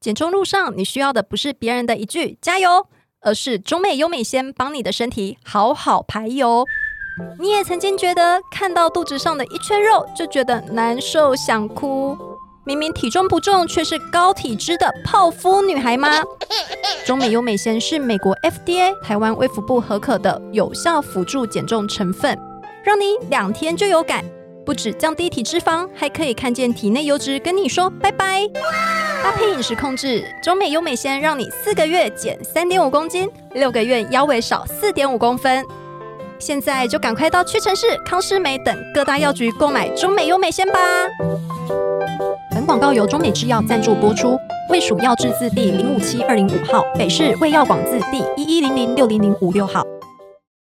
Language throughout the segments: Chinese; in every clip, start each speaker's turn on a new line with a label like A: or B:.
A: 减重路上，你需要的不是别人的一句“加油”，而是中美优美先帮你的身体好好排油。你也曾经觉得看到肚子上的一圈肉就觉得难受想哭，明明体重不重却是高体脂的泡芙女孩吗？中美优美鲜是美国 FDA 台湾卫福部合可的有效辅助减重成分，让你两天就有感，不止降低体脂肪，还可以看见体内油脂跟你说拜拜。搭配饮食控制，中美优美鲜让你四个月减三点五公斤，六个月腰围少四点五公分。现在就赶快到屈臣氏、康诗美等各大药局购买中美优美鲜吧。本广告由中美制药赞助播出，卫署药字字第零五七二零五号，北市卫药广字第一一零零六零零五六号。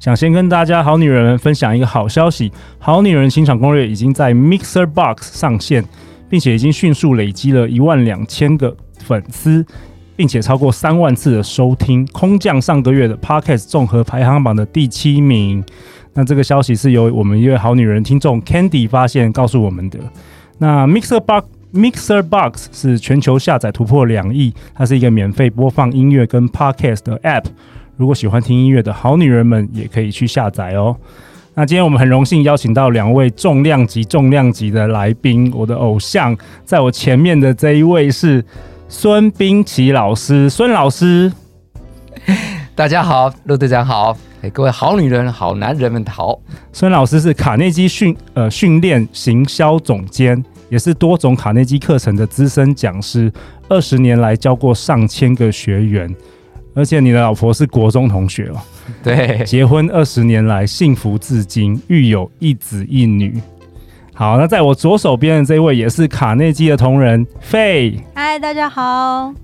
B: 想先跟大家好女人们分享一个好消息，《好女人情场攻略》已经在 Mixer Box 上线，并且已经迅速累积了一万两千个粉丝，并且超过三万次的收听，空降上个月的 Podcast 综合排行榜的第七名。那这个消息是由我们一位好女人听众 Candy 发现告诉我们的。那 Mixer Box Mixer Box 是全球下载突破两亿，它是一个免费播放音乐跟 podcast 的 App。如果喜欢听音乐的好女人们，也可以去下载哦。那今天我们很荣幸邀请到两位重量级、重量级的来宾，我的偶像，在我前面的这一位是孙冰奇老师，孙老师。
C: 大家好，陆队长好，哎，各位好女人、好男人们 好。
B: 孙老师是卡内基训呃训练行销总监，也是多种卡内基课程的资深讲师，二十年来教过上千个学员。而且你的老婆是国中同学哦，
C: 对，
B: 结婚二十年来幸福至今，育有一子一女。好，那在我左手边的这位也是卡内基的同仁费。
D: 嗨，大家好。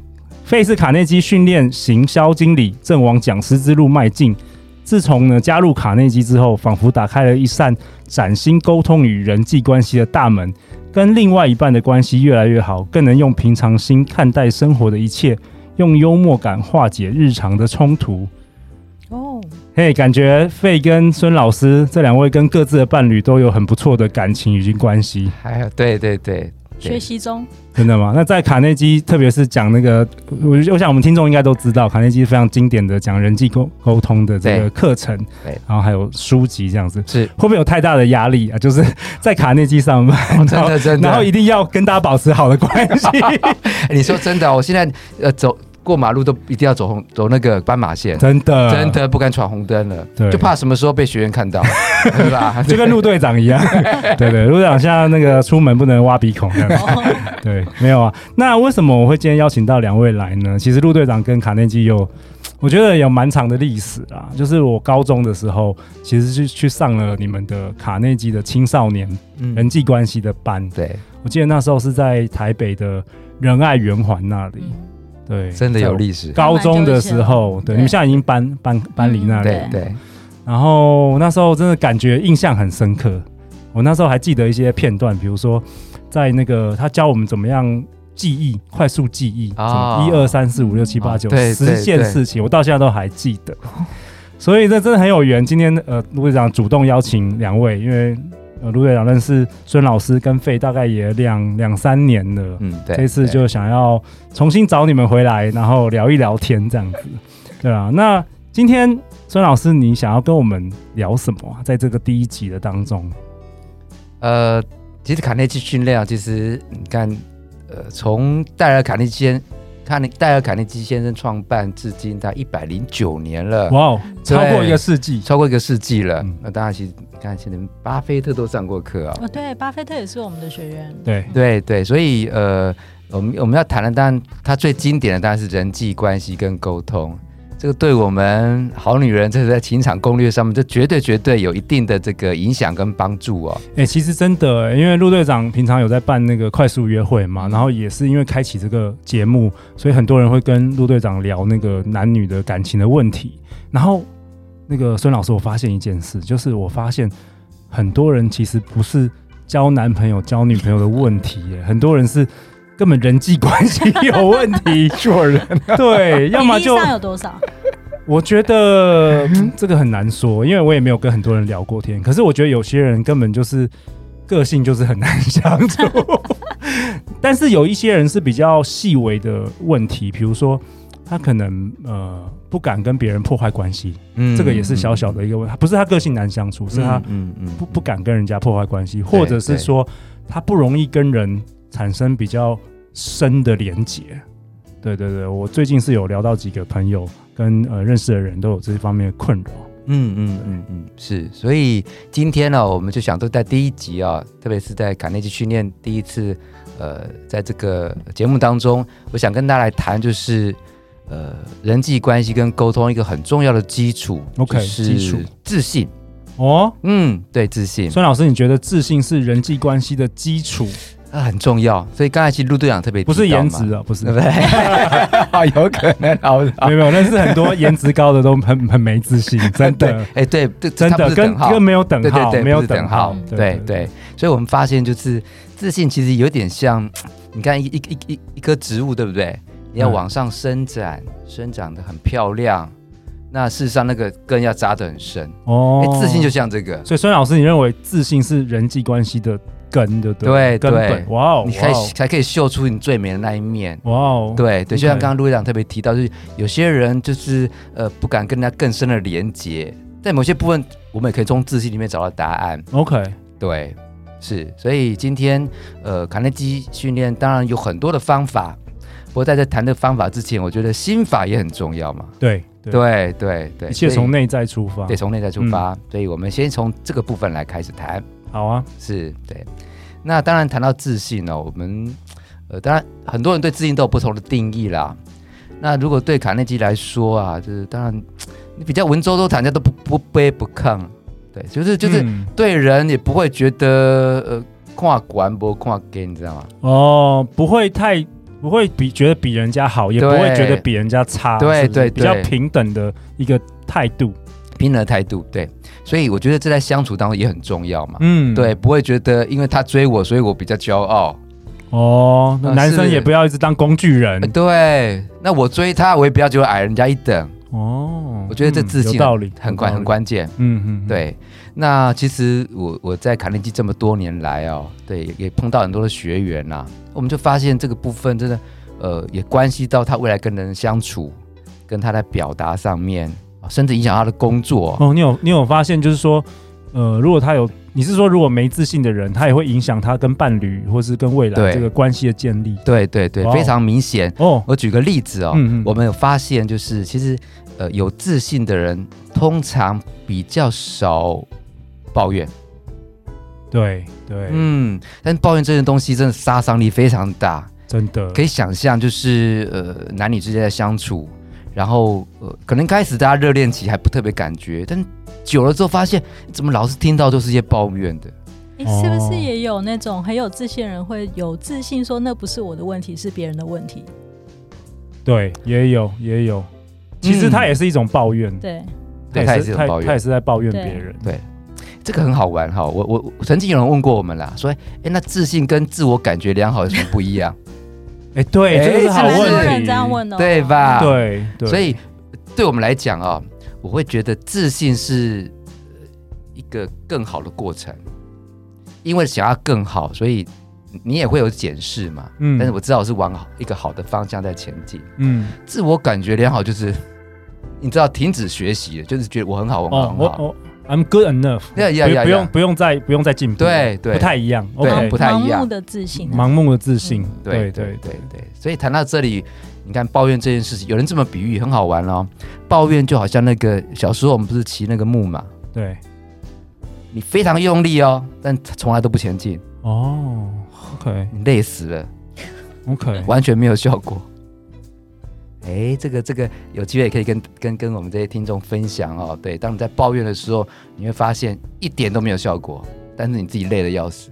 B: 费是卡内基训练行销经理，正往讲师之路迈进。自从呢加入卡内基之后，仿佛打开了一扇崭新沟通与人际关系的大门，跟另外一半的关系越来越好，更能用平常心看待生活的一切，用幽默感化解日常的冲突。
D: 哦，
B: 嘿、感觉费跟孙老师这两位跟各自的伴侣都有很不错的感情与关系。
C: 还有哎对对对，
D: 学习中。
B: 真的吗？那在卡内基，特别是讲那个，我我想我们听众应该都知道，卡内基是非常经典的讲人际沟沟通的这个
C: 对
B: 课程，
C: 对
B: 然后还有书籍这样子，
C: 是
B: 会不会有太大的压力啊？就是在卡内基上班，
C: 哦
B: 然
C: 真
B: 后
C: 的真的。
B: 然后一定要跟大家保持好的关 系，
C: 哎你说真的，我现在呃走过马路都一定要走红走那个斑马线，
B: 真的
C: 真，的不敢闯红灯了
B: 啊对，
C: 就怕什么时候被学员看 到，对吧？
B: 就跟陆队长一样，对对，陆队长现在那个出门不能挖鼻孔这样子。
D: 哦，
B: 对，没有啊。那为什么我会今天邀请到两位来呢？其实陆队长跟卡内基有，我觉得有蛮长的历史啦。就是我高中的时候，其实是去上了你们的卡内基的青少年人
C: 嗯，
B: 际关系的班。
C: 对，
B: 我记得那时候是在台北的仁爱圆环那里。对，
C: 真的有
B: 在
C: 历史，
B: 高中的时候，对，
D: 对
B: 你们现在已经搬搬搬离那里。
C: 嗯对
D: 对
C: 对，
B: 然后那时候真的感觉印象很深刻。我那时候还记得一些片段，比如说在那个他教我们怎么样记忆，快速记忆，什
C: 啊
B: 么一二三四五六七八九
C: 啊对
B: 十件
C: 对对
B: 事情，我到现在都还记得。所以这真的很有缘。今天呃，陆队长主动邀请两位，因为呃，陆队长认识孙老师跟费大概也两两三年了，
C: 嗯，对，
B: 这次
C: 对
B: 就想要重新找你们回来，然后聊一聊天这样子，对啊。那今天孙老师，你想要跟我们聊什么啊？在这个第一集的当中，
C: 呃，其实卡内基训练啊，其实你看，呃，从戴尔卡内基先，看戴尔卡内基先生创办至今，他一百零九年了，
B: 哇哦，超
C: 对
B: 过一个世纪，
C: 超过一个世纪了。
B: 嗯
C: 那当然，其实你看，现在巴菲特都上过课啊、
D: 哦对，巴菲特也是我们的学员。
B: 对，
C: 对对，所以呃，我们我们要谈的，当然他最经典的当然是人际关系跟沟通。这个对我们好女人，这是在情场攻略上面，这绝对绝对有一定的这个影响跟帮助哦。
B: 哎、其实真的、因为陆队长平常有在办那个快速约会
C: 嗯
B: 嘛，然后也是因为开启这个节目，所以很多人会跟陆队长聊那个男女的感情的问题。然后那个孙老师，我发现一件事，就是我发现很多人其实不是交男朋友、交女朋友的问题耶，很多人是根本人际关系有问题。
C: 做人啊
B: 对，要么
D: 比
B: 就
D: 例上有 多少？
B: 我觉得、嗯这个很难说，因为我也没有跟很多人聊过天。可是我觉得有些人根本就是个性就是很难相 处，但是有一些人是比较细微的问题，比如说他可能呃不敢跟别人破坏关系，
C: 嗯
B: 这个也是小小的一个问题，不是他个性难相处，是他
C: 嗯嗯
B: 不不敢跟人家破坏关系，或者是
C: 对
B: 说他不容易跟人产生比较深的连结。对对对，我最近是有聊到几个朋友跟呃认识的人都有这方面的困扰。
C: 嗯嗯嗯嗯，是，所以今天呢、我们就想说，在第一集啊，特别是在卡内基训练第一次，呃，在这个节目当中，我想跟大家来谈，就是呃，人际关系跟沟通一个很重要的基础
B: OK，
C: 就是
B: 基础
C: 自信。
B: 哦，
C: 嗯，对，自信
B: 孙老师，你觉得自信是人际关系的基础，
C: 啊很重要。所以刚才其实陆队长特别提
B: 不是
C: 到
B: 颜
C: 嘛
B: 值， 啊，不是
C: 对，不对？ 啊，有可能，好，好
B: 没有没有，认识很多颜值高的都很很没自信，真的
C: 对 哎，对，这
B: 真
C: 它不
B: 的
C: 是
B: 跟
C: 等号
B: 跟没有等
C: 对对
B: 号，
C: 对
B: 没有
C: 不是等号
D: 嗯
B: 对
C: 对对，所以我们发现就是自信其实有点像，你看一一一一一棵植物，对不对？你要
B: 嗯
C: 往上伸展，生长得很漂亮，那事实上那个根要扎得很深。哎、
B: 哦，
C: 自信就像这个，
B: 所以孙老师，你认为自信是人际关系的根，对不对？
C: 对
B: 根本。
C: 对
B: 哇哦，
C: 你
B: 哇
C: 才
B: 哦
C: 才可以秀出你最美的那一面。
B: 哇哦，
C: 对对，就像
B: OK
C: 刚刚陆院长特别提到，就是有些人就是呃不敢跟人家更深的连接，在某些部分我们也可以从自信里面找到答案。
B: ，OK，
C: 对，是，所以今天呃，卡内基训练当然有很多的方法，不过在这谈这方法之前，我觉得心法也很重要嘛。
B: 对对
C: 对对对，
B: 一切
C: 所以
B: 从内嗯在出发
C: 对。从内在出发，所以我们先从这个部分来开始谈。
B: 好啊，
C: 是对，那当然谈到自信哦呢、我们呃，当然很多人对自信都有不同的定义啦。那如果对卡内基来说啊，就是当然你比较文绉绉谈，人家都不不卑不亢，对，就是就是
B: 嗯
C: 对人也不会觉得呃跨管不跨给，你知道吗？
B: 哦，不会太不会比觉得比人家好，也不
C: 对
B: 会觉得比人家差，
C: 对
B: 是不是
C: 对
B: 比较
C: 对
B: 平等的一个态度。
C: 平等的态度，对，所以我觉得这在相处当中也很重要嘛。
B: 嗯，
C: 啊对，不会觉得因为他追我，所以我比较骄傲。
B: 哦，那
C: 啊
B: 男生
C: 是
B: 也不要一直当工具人
C: 呃对，那我追他，我也不要觉得矮人家一等。
B: 哦。
C: 呃我觉得这
B: 嗯
C: 自信
B: 有道理，
C: 很
B: 有
C: 关
B: 道
C: 很
B: 理，
C: 关键。
B: 嗯嗯，嗯，
C: 对，那其实我我在卡内基这么多年来哦，对，也也碰到很多的学员呐、我们就发现这个部分真的，呃，也关系到他未来跟人相处，跟他在表达上面，啊甚至影响他的工作。
B: 哦，你有你有发现，就是说，呃，如果他有，你是说如果没自信的人，他也会影响他跟伴侣或是跟未来
C: 对
B: 这个关系的建立。
C: 对对对
B: 哇，哦
C: 非常明显。
B: 哦，
C: 我举个例子哦，
B: 嗯嗯
C: 我们有发现就是，其实呃，有自信的人通常比较少抱怨，
B: 对对，
C: 嗯，但抱怨这件东西真的杀伤力非常大。
B: 真的
C: 可以想象，就是呃，男女之间的相处，然后呃，可能开始大家热恋期还不特别感觉，但久了之后发现，怎么老是听到都是一些抱怨的？
D: 诶
B: 哦
D: 是不是也有那种很有自信的人会有自信说那不是我的问题，是别人的问题？
B: 对，也有也有。其实他也是一种抱怨，
D: 对，
C: 嗯对，他也是有抱
B: 他也
C: 怨。
B: 是在抱怨
D: 对
B: 别人。
C: 这个很好玩哈、我我我曾经有人问过我们啦，说，哎，那自信跟自我感觉良好有什么不一样？
B: 哎，对，
C: 哎
B: 这个是
C: 是
B: 好
D: 蛮多
B: 问
D: 人
B: 题，
D: 这样问哦，
C: 对吧
B: 对 对，
C: 所以对我们来讲啊、我会觉得自信是呃一个更好的过程，因为想要更好，所以你也会有检视嘛。
B: 嗯
C: 但是我知道我是往好一个好的方向在前进。
B: 嗯，
C: 自我感觉良好就是，你知道停止学习了，就是觉得我很好，我很好，
B: 哦，
C: 很
B: 我
C: 好。
B: 我 I'm good enough，
C: 呀呀
B: 不
C: 呀！
B: 不用
C: 呀
B: 不用再不用再进步，
C: 对对
B: 不太一样
C: 对
B: ，OK，
C: 不太一样
D: 盲目的自信啊，
B: 盲目的自信，
C: 对对
B: 对
C: 对对，所以谈到这里，你看抱怨这件事情，有人这么比喻，很好玩哦。抱怨就好像那个小时候我们不是骑那个木马，
B: 对，
C: 你非常用力哦，但从来都不前进，
B: 哦，OK
C: 你累死了，
B: OK，
C: 完全没有效果。哎，这个这个有机会也可以跟跟跟我们这些听众分享哦。对，当你在抱怨的时候，你会发现一点都没有效果，但是你自己累得要死。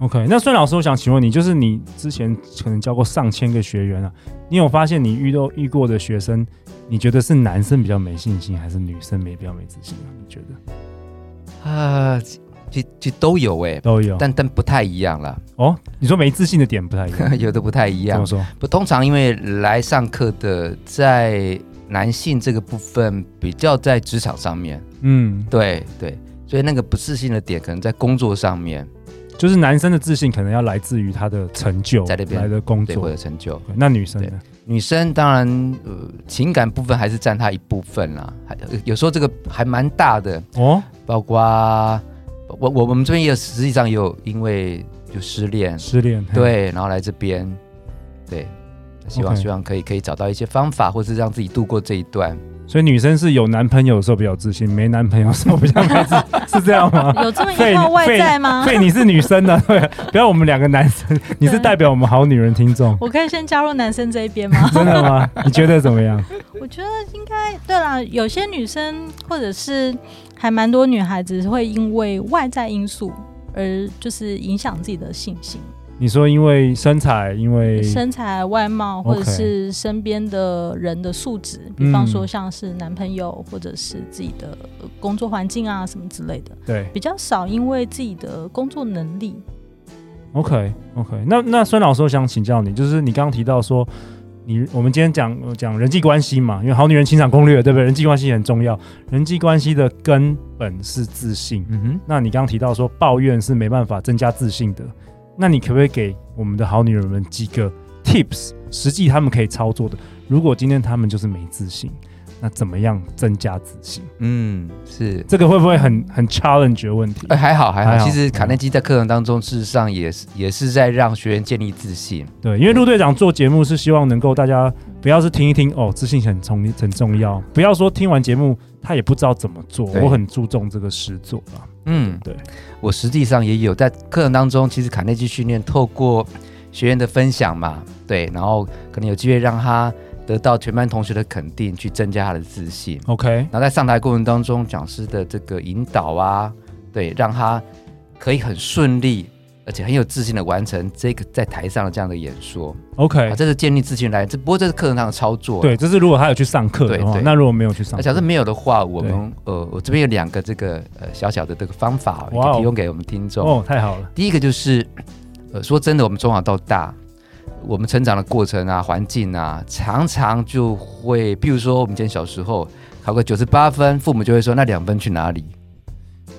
B: OK，那孙老师，我想请问你，就是你之前可能教过上千个学员啊，你有发现你遇到遇过的学生，你觉得是男生比较没信心，还是女生没比较没自信啊？你觉得
C: 啊，其其其都有哎、
B: 都有？
C: 但但不太一样啦，
B: 哦，你说没自信的点不太一样，
C: 有的不太一
B: 怎
C: 样
B: 么。说？
C: 不，通常因为来上课的在男性这个部分比较在职场上面，
B: 嗯，
C: 对对，所以那个不自信的点可能在工作上面，
B: 就是男生的自信可能要来自于他的成就，
C: 在那边
B: 来的工
C: 嗯对或
B: 作
C: 者。成就。
B: 对那女生呢？
C: 女生当然，呃，情感部分还是占她一部分啦，还有时候这个还蛮大的，
B: 哦，
C: 包括呃我我我们这边也有实际上也有因为就失恋，
B: 失恋。嘿，
C: 对，然后来这边，对，希望
B: OK
C: 希望可以可以找到一些方法，或是让自己度过这一段。
B: 所以女生是有男朋友的时候比较自信，没男朋友的时候比较没自 信，是这样吗？
D: 有这么
B: 废
D: 一套外
B: 废
D: 在吗
B: 所？以你是女生的，对，不要我们两个男生，你是代表我们好女人听 众，？
D: 我可以先加入男生这一边吗
B: 真的吗？你觉得怎么样？
D: 我觉得应该对啦，有些女生或者是还蛮多女孩子会因为外在因素而就是影响自己的信心，
B: 你说因为身材，因为
D: 身材、外貌
B: OK 嗯
D: 或者是身边的人的素质，比方说像是男朋友或者是自己的呃工作环境啊什么之类的，
B: 对
D: 比较少因为自己的工作 能力。
B: ，OK OK。那那孙老师，我想请教你，就是你刚刚提到说，你我们今天讲呃讲人际关系嘛，因为好女人情场攻略，对不对？人际关系很重要，人际关系的根本是自信。
C: 嗯哼。
B: 那你刚刚提到说抱怨是没办法增加自信的，那你可不可以给我们的好女人们几个 tips，实际他们可以操作的？如果今天他们就是没自信，那怎么样增加自信？
C: 嗯，是。
B: 这个会不会很很 challenge 的问题？
C: 哎，还好还
B: 还
C: 好。
B: 好
C: 其实卡内基在课程当中，事实上也是也是在让学员建立自信。
B: 对，因为陆队长做节目是希望能够大家不要是听一听哦，自信很重很重要，不要说听完节目他也不知道怎么做。
C: 对
B: 我很注重这个实做啊，
C: 嗯，
B: 对，
C: 我实际上也有在课程当中，其实卡内基训练透过学员的分享嘛，对，然后可能有机会让他得到全班同学的肯定，去增加他的自信。
B: OK，
C: 然后在上台过程当中，讲师的这个引导啊，对，让他可以很顺利，而且很有自信的完成这个在台上的这样的演说。
B: OK，
C: 啊，这是建立自信来源。这不过这是课程上的操作，
B: 对，这是如果他有去上课的
C: 对
B: 话，
C: 对
B: 那如果没有去上
C: 那
B: 课，
C: 假设没有的话，我们呃，我这边有两个这个呃小小的这个方法，
B: 哇哦
C: 也提供给我们听众。
B: 哦，太好了，
C: 第一个就是，呃，说真的，我们从小到大，我们成长的过程啊、环境啊，常常就会，比如说我们以前小时候考个九十八分，父母就会说那两分去哪里？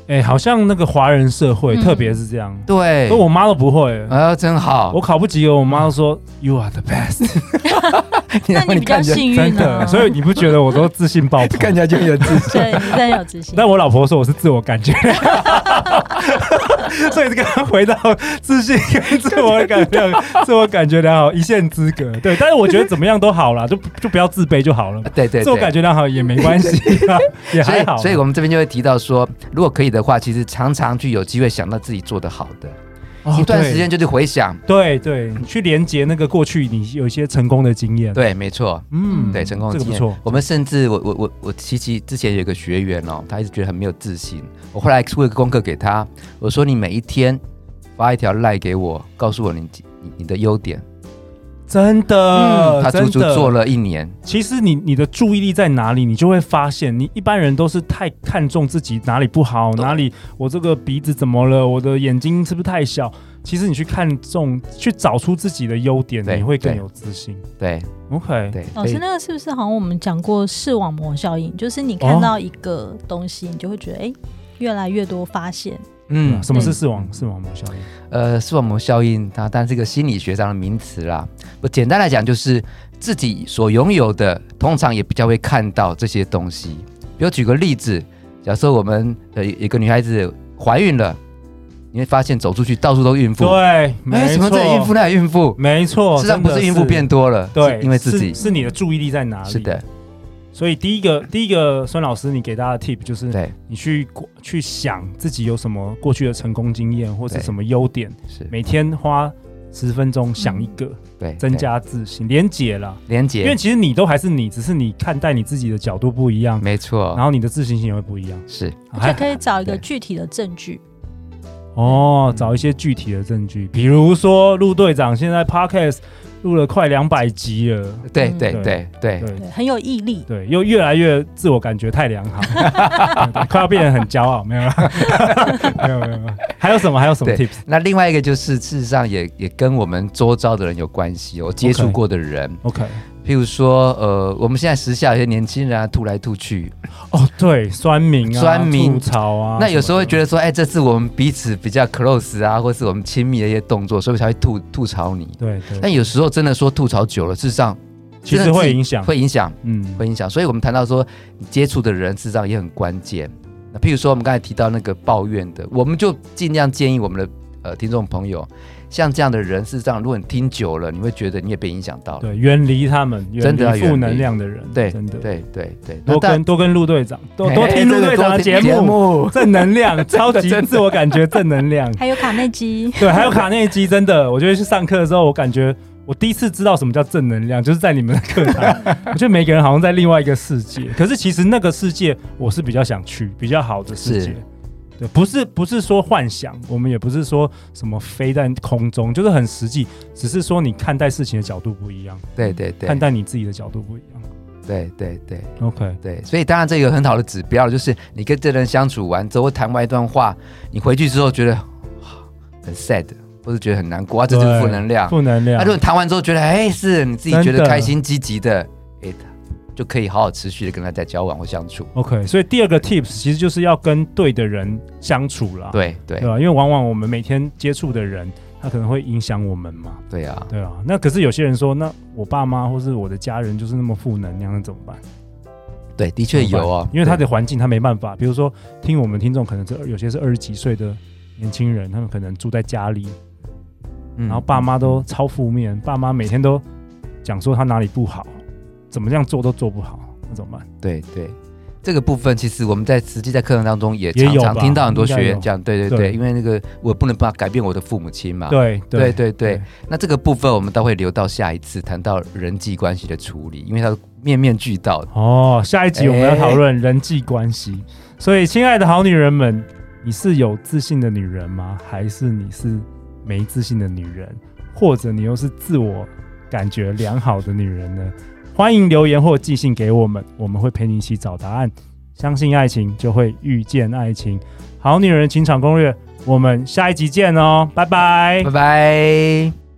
B: 哎、好像那个华人社会，
D: 嗯
B: 特别是这样，
C: 对
B: 而，我妈都不会、
C: 啊，真好
B: 我，考不及格，我妈都说 “You are the best”，
D: 那你比较幸
B: 真
D: 运
B: 的。
D: 呢，
B: 所以你不觉得我都自信爆棚？
C: 看起来就 有自信。
D: 对你真的有自信。
B: 但我老婆说我是自我感觉， 所以这个回到自信跟自我感 觉，自我感觉良好一线之隔。对，但是我觉得怎么样都好啦，就就不要自卑就好了。
C: 对对
B: 自我感
C: 对。
B: 觉良好也没关系、啊，也
C: 所
B: 还
C: 以
B: 好，啊。
C: 所以我们这边就会提到说，如果可以的话，其实常常去有机会想到自己做得好的，
B: 哦
C: 一段
B: 对
C: 时间就是回想，
B: 对对，去连接那个过去你有一些成功的经验。，
C: 对，没错，
B: 嗯
C: 对，成功
B: 这
C: 的
B: 个
C: 经
B: 不
C: 验。
B: 错。
C: 我们甚至我我我我琪琪之前有一个学员哦，他一直觉得很没有自信。我后来出了一个功课给他，我说你每一天发一条赖给我，告诉我你你你的优点。
B: 真的，
C: 嗯他足足
B: 呃真的
C: 做。了一年。
B: 其实你你的注意力在哪里，你就会发现，你一般人都是太看重自己哪里不好，
C: 对
B: 哪里我这个鼻子怎么了，我的眼睛是不是太小？其实你去看重，去找出自己的优点，
C: 对
B: 你会更
C: 对
B: 有自信。
C: 对
B: OK，
C: 对，所
D: 老
C: 以
D: 师，那个是不是好像我们讲过视网膜效应？就是你看
B: 哦
D: 到一个东西，你就会觉得哎、诶越来越多发现。
C: 嗯
B: 嗯，什么是
D: 对
B: 视网视网膜效应？
C: 呃，视网膜效应，它但是一个心理学上的名词啦。我简单来讲，就是自己所拥有的，通常也比较会看到这些东西。比如举个例子，假设我们呃一个女孩子怀孕了，你会发现走出去到处都孕妇。
B: 对，
C: 哎，
B: 没
C: 什么
B: 错，
C: 这孕妇那孕妇？
B: 没错，
C: 事实上不
B: 真的
C: 是孕妇变多了，
B: 对，
C: 是因为自己
B: 是是你的注意力在哪里？
C: 是的，，
B: 所以第一个第一个孙老师，你给大家的 tip 就是，
C: 对，
B: 你去过去想自己有什么过去的成功经验或是
C: 对
B: 什么优点，
C: 是
B: 每天花十分钟想一个，
C: 对
B: 增加自信，连结啦。
C: 对连
B: 因为
C: 接，
B: 其实你都还是你，只是你看待你自己的角度不一样，
C: 没错
B: 然，后你的自信心也会不一样。哎
C: 是
D: 而且可
B: 以
D: 以找一个
C: 对
D: 具体的证据，
C: 嗯
B: 哦，找一些具体的证据，比如说陆队长现在 podcast 录了快两百集了，
C: 对
D: 嗯
B: 对
C: 对对对，
B: 对
D: 对，很有毅力。
B: 对，又越来越自我感觉太良 好，对对快要变得很骄傲，没有啦， 没有没有没有，还有什么还有什么
C: 对
B: tips？OK，、
C: 那另外一个就是，事实上也也跟我们周遭的人有关系哦，我接触
B: OK
C: 过的人譬如说，呃，我们现在时下有些年轻人啊，吐来吐去，
B: 哦，对，酸民啊，
C: 酸民
B: 吐槽啊，
C: 那有时候会觉
B: 得
C: 得说，哎，这是我们彼此比较 close 啊，或是我们亲密的一些动作，所以才会吐吐槽你。
B: 对对，
C: 但有时候真的说吐槽久了，事实上
B: 其
C: 真
B: 实
C: 的
B: 会
C: 自己
B: 影响，
C: 会影响，
B: 嗯，
C: 会影响。所以我们谈到说，你接触的人事实上也很关键。那譬如说，我们刚才提到那个抱怨的，我们就尽量建议我们的呃听众朋友，像这样的人，事实上如果你听久了，你会觉得你也被影响到了。
B: 对，远离他们，远
C: 真的要
B: 离
C: 远离
B: 负能量的人，
C: 对
B: 真的，
C: 对对对，那
B: 多
C: 但
B: 跟多跟陆队长，多
C: 哎
B: 多听陆队长的
C: 真
B: 节
C: 的多听
B: 目，正能量，超级
C: 真的
B: 自我感觉正能量，
D: 还有卡内基，
B: 对，还有卡内基，真的，我觉得去上课的时候，我感觉我第一次知道什么叫正能量，就是在你们的课堂。 我觉得每个人好像在另外一个世界，可是其实那个世界我是比较想去，比较好的世界
C: 是。
B: 对，不是不是说幻想，我们也不是说什么飞在空中，就是很实际，只是说你看待事情的角度不一样，
C: 对对对
B: 看待你自己的角度不一样。
C: 对对对
B: OK，
C: 对，所以当然这有很好的指标，就是你跟这人相处完之后谈完一段话，你回去之后觉得啊很 sad，或者觉得很难过，啊，这就是负能量。
B: 负能
C: 啊，
B: 量
C: 如，果你谈完之后觉得哎是你自己觉
B: 真
C: 得
B: 的
C: 开心积极的，哎就可以好好持续的跟他在交往或相处。
B: OK，所以第二个 tips 其实就是要跟对的人相处啦。
C: 对对
B: 对啊吧、因为往往我们每天接触的人，他可能会影响我们嘛，
C: 对啊，
B: 对啊。那可是有些人说，那我爸妈或是我的家人就是那么负能量，那怎么办？
C: 对，的确有哦，
B: 因为他的环境他没办法，比如说听我们听众可能是有些是二十几岁的年轻人，他们可能住在家里，
C: 嗯
B: 然后爸妈都超负面，爸妈每天都讲说他哪里不好，怎么样做都做不好，那怎么办？
C: 对对。这个部分其实我们在实际在课堂当中也
B: 也
C: 常
B: 有
C: 常
B: 吧
C: 听到很多
B: 应该
C: 学员
B: 有
C: 讲，对对
B: 对
C: 对，因为那个我不能把改变我的父母亲嘛，
B: 对
C: 啊对对对，那这个部分我们倒会留到下一次谈到人际关系的处理，因为它面面俱到。
B: 哦，下一集我们要讨论人际关系。所以，亲爱的好女人们，你是有自信的女人吗？还是你是没自信的女人？或者你又是自我感觉良好的女人呢？欢迎留言或寄信给我们，我们会陪你一起找答案。相信爱情，就会遇见爱情。好女人情场攻略，我们下一集见哦，拜拜
C: 拜拜。